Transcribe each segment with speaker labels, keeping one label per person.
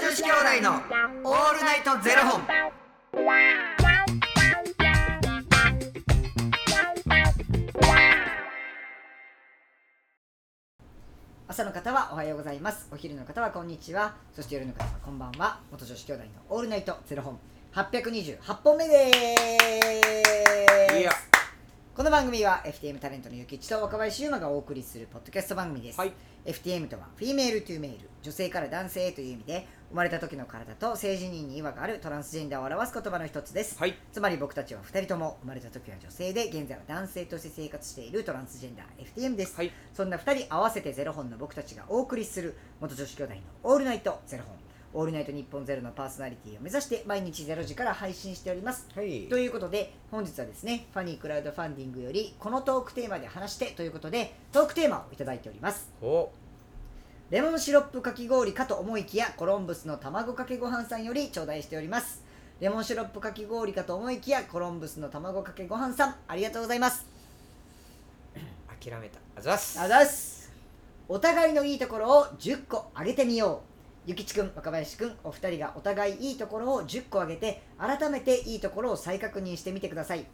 Speaker 1: 子兄弟のオールナイトゼロ本。
Speaker 2: 朝の方はおはようございますお昼の方はこんにちはそして夜の方はこんばんは元女子兄弟のオールナイトゼロ本828本目です
Speaker 1: いや
Speaker 2: この番組は FTM タレントのゆきちと若林優馬がお送りするポッドキャスト番組です、
Speaker 1: はい、
Speaker 2: FTM とはフィメールトゥメール女性から男性へという意味で生まれた時の体と性自認に違和があるトランスジェンダーを表す言葉の一つです、
Speaker 1: はい
Speaker 2: つまり僕たちは2人とも生まれた時は女性で現在は男性として生活しているトランスジェンダー FTM です、
Speaker 1: はい
Speaker 2: そんな2人合わせてゼロ本の僕たちがお送りする元女子兄弟の「オールナイトゼロ本」「オールナイト日本ゼロのパーソナリティを目指して毎日ゼロ時から配信しております
Speaker 1: はい
Speaker 2: ということで本日はですねファニークラウドファンディングよりこのトークテーマで話してということでトークテーマをいただいております
Speaker 1: お
Speaker 2: レモンシロップかき氷かと思いきやコロンブスの卵かけご飯さんより頂戴しておりますレモンシロップかき氷かと思いきやコロンブスの卵かけご飯さんありがとうございます
Speaker 1: 諦めたあざっす
Speaker 2: あざっすお互いのいいところを10個あげてみようゆきちくん若林くんお二人がお互いいいところを10個あげて改めていいところを再確認してみてください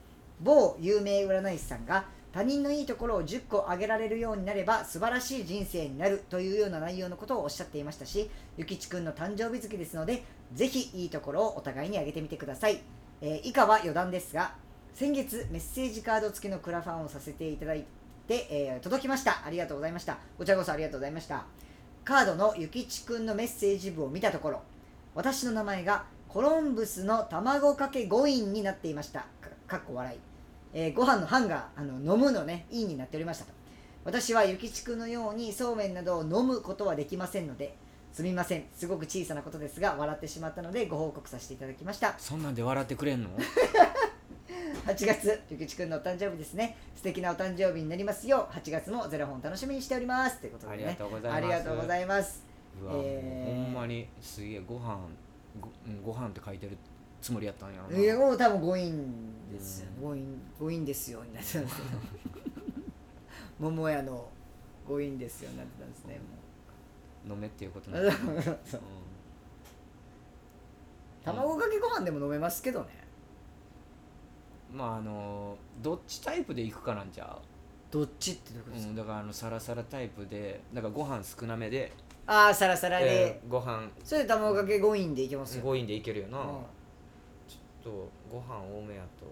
Speaker 2: 某有名占い師さんが他人のいいところを10個あげられるようになれば素晴らしい人生になるというような内容のことをおっしゃっていましたしゆきちくんの誕生日月ですのでぜひいいところをお互いにあげてみてください、えー以下は余談ですが先月メッセージカード付きのクラファンをさせていただいて、えー届きましたありがとうございましたこちらこそありがとうございましたカードのゆきちくんのメッセージ部を見たところ私の名前がコロンブスの卵かけご印になっていましたかかっこ笑い、えーご飯のハンガーあの飲むのね印になっておりましたと私はゆきちくんのようにそうめんなどを飲むことはできませんのですみませんすごく小さなことですが笑ってしまったのでご報告させていただきました
Speaker 1: そんなんで笑ってくれんの
Speaker 2: 8月ゆきちくんのお誕生日ですね素敵なお誕生日になりますよう8月もゼロ本楽しみにしておりますということでね
Speaker 1: ありがとうございます
Speaker 2: ありがとうございます
Speaker 1: うわ、
Speaker 2: えー
Speaker 1: もうほんまにすげえご飯ごうんご飯って書いてるつもりやったんやろない
Speaker 2: やもう多分5員ですよ
Speaker 1: うん
Speaker 2: 5員5員ですよになってたんですけど桃屋の5員ですよになってたんですね
Speaker 1: 飲めっていうこと
Speaker 2: も
Speaker 1: な
Speaker 2: う
Speaker 1: の
Speaker 2: そう
Speaker 1: う
Speaker 2: 卵かけご飯でも飲めますけどね
Speaker 1: んまああのどっちタイプでいくかなんちゃ
Speaker 2: どっちってどういうこと
Speaker 1: う、う
Speaker 2: ですか、
Speaker 1: ん、だからあのサラサラタイプでだからご飯少なめで、
Speaker 2: ああサラサラで
Speaker 1: え、ーご飯
Speaker 2: それで卵かけ5員でいけます
Speaker 1: す
Speaker 2: よ、
Speaker 1: ごいんでいけるよな、
Speaker 2: うん
Speaker 1: ちょっとご飯多めやと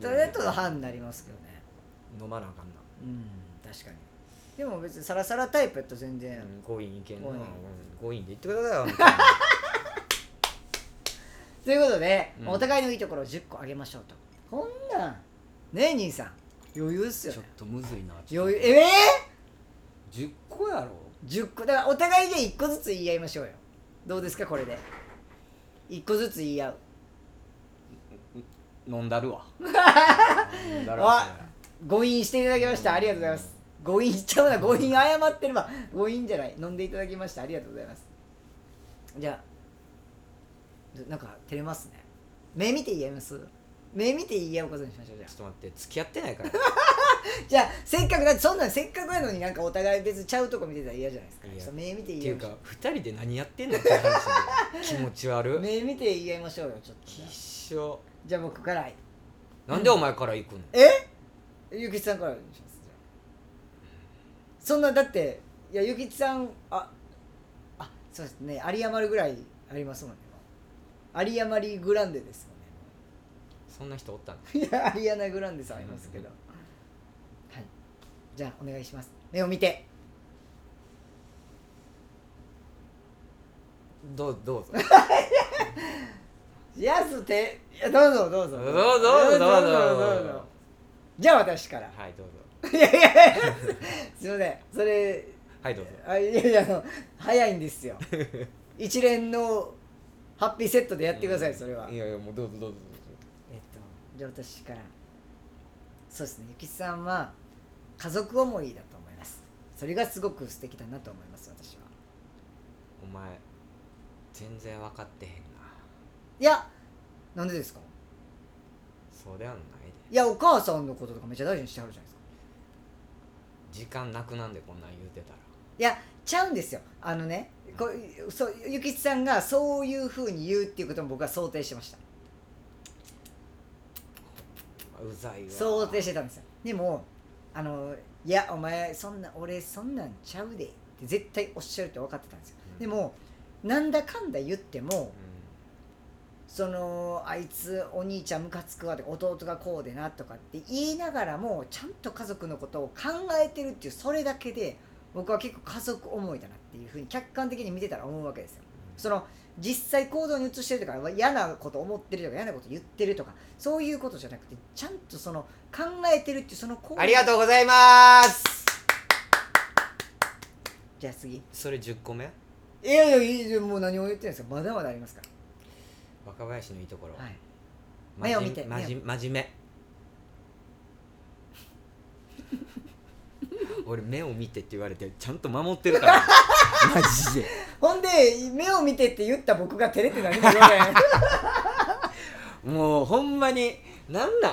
Speaker 2: それだと半になりますけどね
Speaker 1: 飲まなあかんな、
Speaker 2: うん確かにでも別にサラサラタイプやったら全然、
Speaker 1: うん、5位いけんな
Speaker 2: 五位
Speaker 1: 5位で行ってくだ さいよ本当に
Speaker 2: ということで、
Speaker 1: うん
Speaker 2: お互いのいいところを10個あげましょうとこんなんねえ兄さん余裕っすよ
Speaker 1: ちょっ
Speaker 2: ね
Speaker 1: とむずいなちょっと
Speaker 2: 余裕ええ
Speaker 1: 10個やろ
Speaker 2: 10個だからお互いで1個ずつ言い合いましょうよどうですかこれで1個ずつ言い合う
Speaker 1: 飲んだるわ飲んだ
Speaker 2: あ誤飲していただきましたありがとうございます誤飲しちゃうな誤飲謝ってれば誤飲じゃない飲んでいただきましたありがとうございますじゃあずなんか照れますね目見て言い合います目見て言い合うことにしましょうじゃ
Speaker 1: ちょ
Speaker 2: あ
Speaker 1: っと待って付き合ってないから
Speaker 2: じゃあせっかくだってそんなんせっかくやのになんかお互い別にちゃうとこ見てたら嫌じゃないですか
Speaker 1: いや
Speaker 2: ちょっと目見て
Speaker 1: って
Speaker 2: 言い
Speaker 1: い
Speaker 2: 合いうましょ
Speaker 1: か2人で何やってんのって話だよ気持ち悪
Speaker 2: う
Speaker 1: い
Speaker 2: 目見て言い合いましょうよちょっとじゃあ
Speaker 1: 必勝
Speaker 2: じゃあ僕から
Speaker 1: なんでお前から行くの
Speaker 2: えゆきちさんからにしますじゃあそんなだっていやゆきちさんああそうですね有り余るぐらいありますもんね有り余りグランデですも
Speaker 1: そんな人おったの
Speaker 2: んねいやアリアナグランデさんありますけどはいじゃあお願いします目を見て
Speaker 1: どうどうぞ
Speaker 2: いやすていやどうぞどうぞ
Speaker 1: どうぞどうぞどうぞ
Speaker 2: じゃあ私から
Speaker 1: はいどうぞ
Speaker 2: いやいやいやすいませんそれ
Speaker 1: はいどうぞ
Speaker 2: あいやいやあの早いんですよ一連のハッピーセットでやってくださいそれは、
Speaker 1: い
Speaker 2: えっ
Speaker 1: やいやもうどうぞどう
Speaker 2: と
Speaker 1: ぞ
Speaker 2: じゃあ私からそうですねゆきさんは家族思いだと思いますそれがすごく素敵だなと思います私は
Speaker 1: お前全然分かってへんない
Speaker 2: やなんでですか
Speaker 1: そうではない
Speaker 2: い
Speaker 1: で
Speaker 2: やお母さんのこととかめっちゃ大事にしてはるじゃないですか
Speaker 1: 時間なくなんでこんなん言うてたら
Speaker 2: いやちゃうんですよあのねこうそうゆきちさんがそういうふうに言うっていうことも僕は想定してました
Speaker 1: うざいわ
Speaker 2: 想定してたんですよでもあのいやお前そんな俺そんなんちゃうでって絶対おっしゃるって分かってたんですよ
Speaker 1: うん
Speaker 2: でもなんだかんだ言っても
Speaker 1: う
Speaker 2: そのあいつお兄ちゃんムカつくわで弟がこうでなとかって言いながらもちゃんと家族のことを考えてるっていうそれだけで僕は結構家族思いだなっていうふうに客観的に見てたら思うわけですよ
Speaker 1: ん
Speaker 2: その実際行動に移してるとか嫌なこと思ってるとか嫌なこと言ってるとかそういうことじゃなくてちゃんとその考えてるっていうその行動
Speaker 1: ありがとうございます
Speaker 2: じゃあ次い
Speaker 1: それ10個目
Speaker 2: やいやいやもう何を言ってるんですかまだまだありますか
Speaker 1: 若林のいいところ
Speaker 2: ら、はい、
Speaker 1: 真面
Speaker 2: 目を見て
Speaker 1: 真面真面目 俺目を見てって言われてちゃんと守って るからマジで
Speaker 2: ほんで目を見てって言った僕が照れて何も言わない
Speaker 1: もうほんまになんなん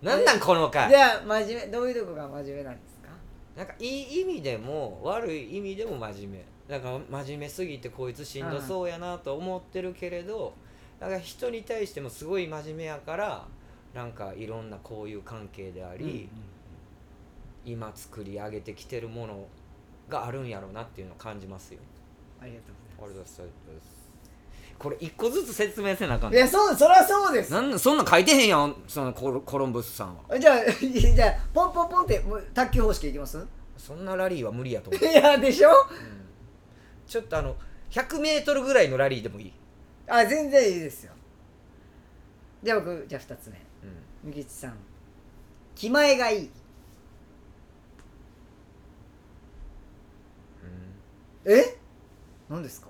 Speaker 1: なんなんこの
Speaker 2: じ
Speaker 1: 回
Speaker 2: ゃあ真面目どういうとこが真面目なんですか
Speaker 1: なんかいい意味でも悪い意味でも真面目だから真面目すぎてこいつしんどそうやなと思ってるけれどだから人に対してもすごい真面目やからなんかいろんな交友関係であり、今作り上げてきてるものがあるんやろうなっていうのを感じますよ
Speaker 2: ありがとうご
Speaker 1: あ
Speaker 2: ざい
Speaker 1: りがとうございますこれ一個ずつ説明せなあか
Speaker 2: ま
Speaker 1: ん
Speaker 2: すい
Speaker 1: ね
Speaker 2: やそうそりゃそうです
Speaker 1: なんそんなん書いてへんやんそのコロコロンブスさんは
Speaker 2: じゃあじゃあポンポンポンってもう卓球方式いきます
Speaker 1: そんなラリーは無理やと思う
Speaker 2: いやでしょ
Speaker 1: ちょっとあの 100m ぐらいのラリーでもいい、
Speaker 2: あ全然いいですよじゃあ僕じゃあ2つ目
Speaker 1: うん、
Speaker 2: みきちさん気前がいいえ何ですか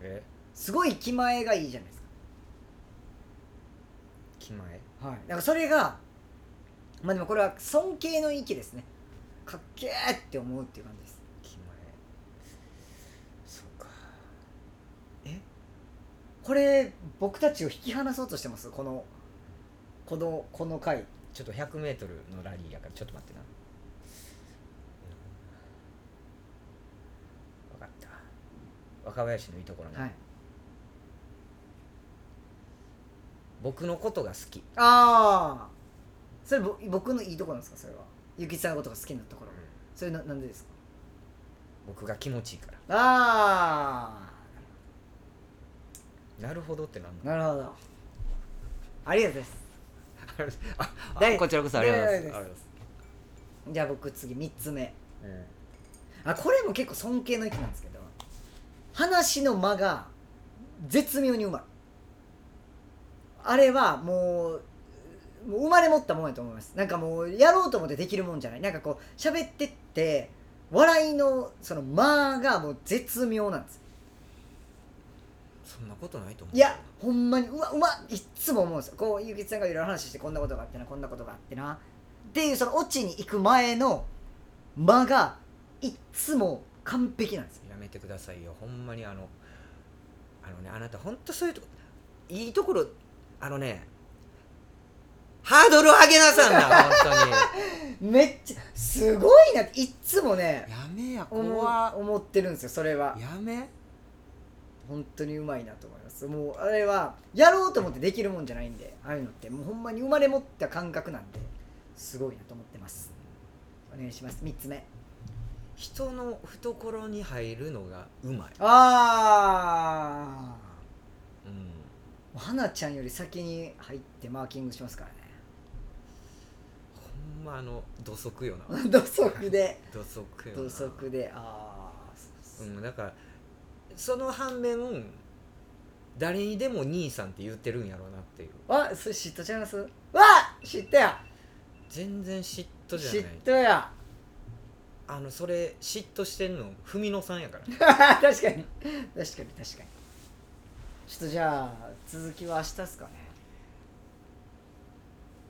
Speaker 1: え
Speaker 2: すごい気前がいいじゃないです
Speaker 1: 気前
Speaker 2: かはいなんかそれがまあでもこれは尊敬の域ですねかっけーって思うっていう感じです
Speaker 1: 気前そうか
Speaker 2: これ僕たちを引き離そうとしてますこのこのこの回
Speaker 1: ちょっと 100m のラリーやからちょっと待ってな分かった若林のいいところね、
Speaker 2: はい
Speaker 1: 僕のことが好き
Speaker 2: ああそれぼ僕のいいところなんですかそれはゆきちさんのことが好きなところそれななんでですか
Speaker 1: 僕が気持ちいいから
Speaker 2: あ
Speaker 1: なるほどってなん
Speaker 2: あなるほどありがとうございます
Speaker 1: ああ
Speaker 2: 大
Speaker 1: こちらこそありがとうございます
Speaker 2: 大
Speaker 1: あ
Speaker 2: 丈
Speaker 1: りがとうございます
Speaker 2: じゃあ僕次3つ目
Speaker 1: うん
Speaker 2: あこれも結構尊敬の域なんですけど話の間が絶妙にうまいあれはもうもう生まれ持ったもんやと思いますなんかもうやろうと思ってできるもんじゃないなんかこう喋ってって笑いのその間がもう絶妙なんです
Speaker 1: そんなことないと思う
Speaker 2: い
Speaker 1: い
Speaker 2: やほんまにうわうまっいっつも思うんですよこうゆきつさんがいろいろ話してこんなことがあってなこんなことがあってなっていうそのオチに行く前の間がいっつも完璧なんですよ
Speaker 1: やめてくださいよほんまにあのあのねあなたほんとそういうとこいいところあのねハードル上げなさんな本当に
Speaker 2: めっちゃすごいなっていっつもね
Speaker 1: やめや
Speaker 2: 思う
Speaker 1: 怖
Speaker 2: 思ってるんですよそれは
Speaker 1: やめ
Speaker 2: 本当にうまいなと思いますもうあれはやろうと思ってできるもんじゃないんでああいうのってもうほんまに生まれ持った感覚なんですごいなと思ってますお願いします3つ目
Speaker 1: 人の懐に入るのがうまい、
Speaker 2: あ
Speaker 1: うん、
Speaker 2: あ花ちゃんより先に入ってマーキングしますからね
Speaker 1: ほんまあの土足よな
Speaker 2: 土足で
Speaker 1: 土足よな
Speaker 2: 土足でああ
Speaker 1: うん、だからその反面誰にでも兄さんって言ってるんやろうなっていう
Speaker 2: あそれ嫉妬ちゃいますわ嫉妬や
Speaker 1: 全然嫉妬じゃ
Speaker 2: 嫉
Speaker 1: ない
Speaker 2: 妬や
Speaker 1: あのそれ嫉妬してんの文野さん やから
Speaker 2: 確かに確かに確かにちょっとじゃあ続きは明日ですかね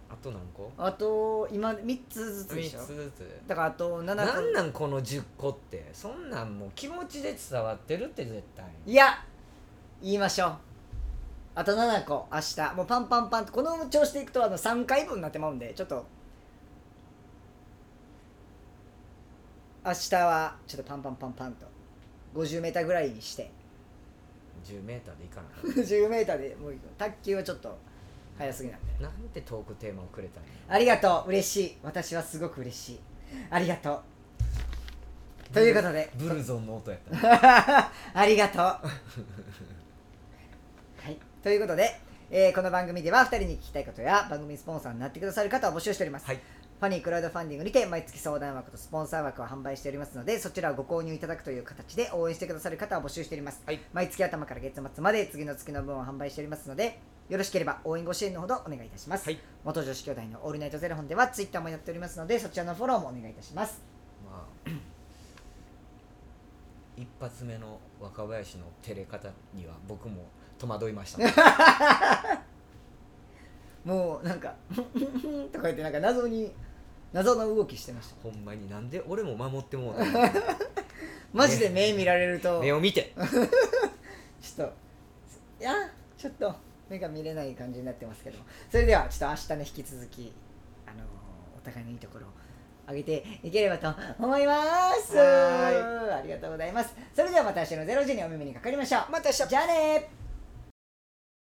Speaker 1: あと何個
Speaker 2: あと今3つずつで
Speaker 1: 3
Speaker 2: しょ
Speaker 1: つずつ
Speaker 2: だからあと7
Speaker 1: な
Speaker 2: 個
Speaker 1: んなんこの10個ってそんなんもう気持ちで伝わってるって絶対
Speaker 2: いや言いましょうあと7個明日もうパンパンパンとこの調子でいくとあの3回分になってまうんでちょっと明日はちょっとパンパンパンパンと 50m ぐらいに して
Speaker 1: 10メーターでいかな
Speaker 2: 10m でもう卓球はちょっと早すぎなんで
Speaker 1: なんてトークテーマをくれたの
Speaker 2: ありがとう嬉しい私はすごく嬉しいありがとうということで
Speaker 1: ブルゾンの音や った
Speaker 2: あり がとう。はい、ということで、えーこの番組では2人に聞きたいことや番組スポンサーになってくださる方を募集しております。
Speaker 1: はい
Speaker 2: ファニークラウドファンディングにて毎月相談枠とスポンサー枠を販売しておりますのでそちらをご購入いただくという形で応援してくださる方を募集しております、
Speaker 1: はい
Speaker 2: 毎月頭から月末まで次の月の分を販売しておりますのでよろしければ応援ご支援のほどお願いいたします、
Speaker 1: はい
Speaker 2: 元女子兄弟のオールナイトゼロ本ではツイッターもやっておりますのでそちらのフォローもお願いいたします
Speaker 1: まあ一発目の若林の照れ方には僕も戸惑いましたね、
Speaker 2: もうなんか「とか言ってなんか謎に謎の動きしてました
Speaker 1: ほんまになんで俺も守ってもうた の
Speaker 2: マジで目見られると
Speaker 1: 目を見て
Speaker 2: ちょっといやちょっと目が見れない感じになってますけどそれではちょっと明日ね引き続きあのーお互いのいいところを上げていければと思います
Speaker 1: は
Speaker 2: ありがとうございますそれではまた明日の0時にお耳にかかりましょう
Speaker 1: また明日
Speaker 2: じゃあねー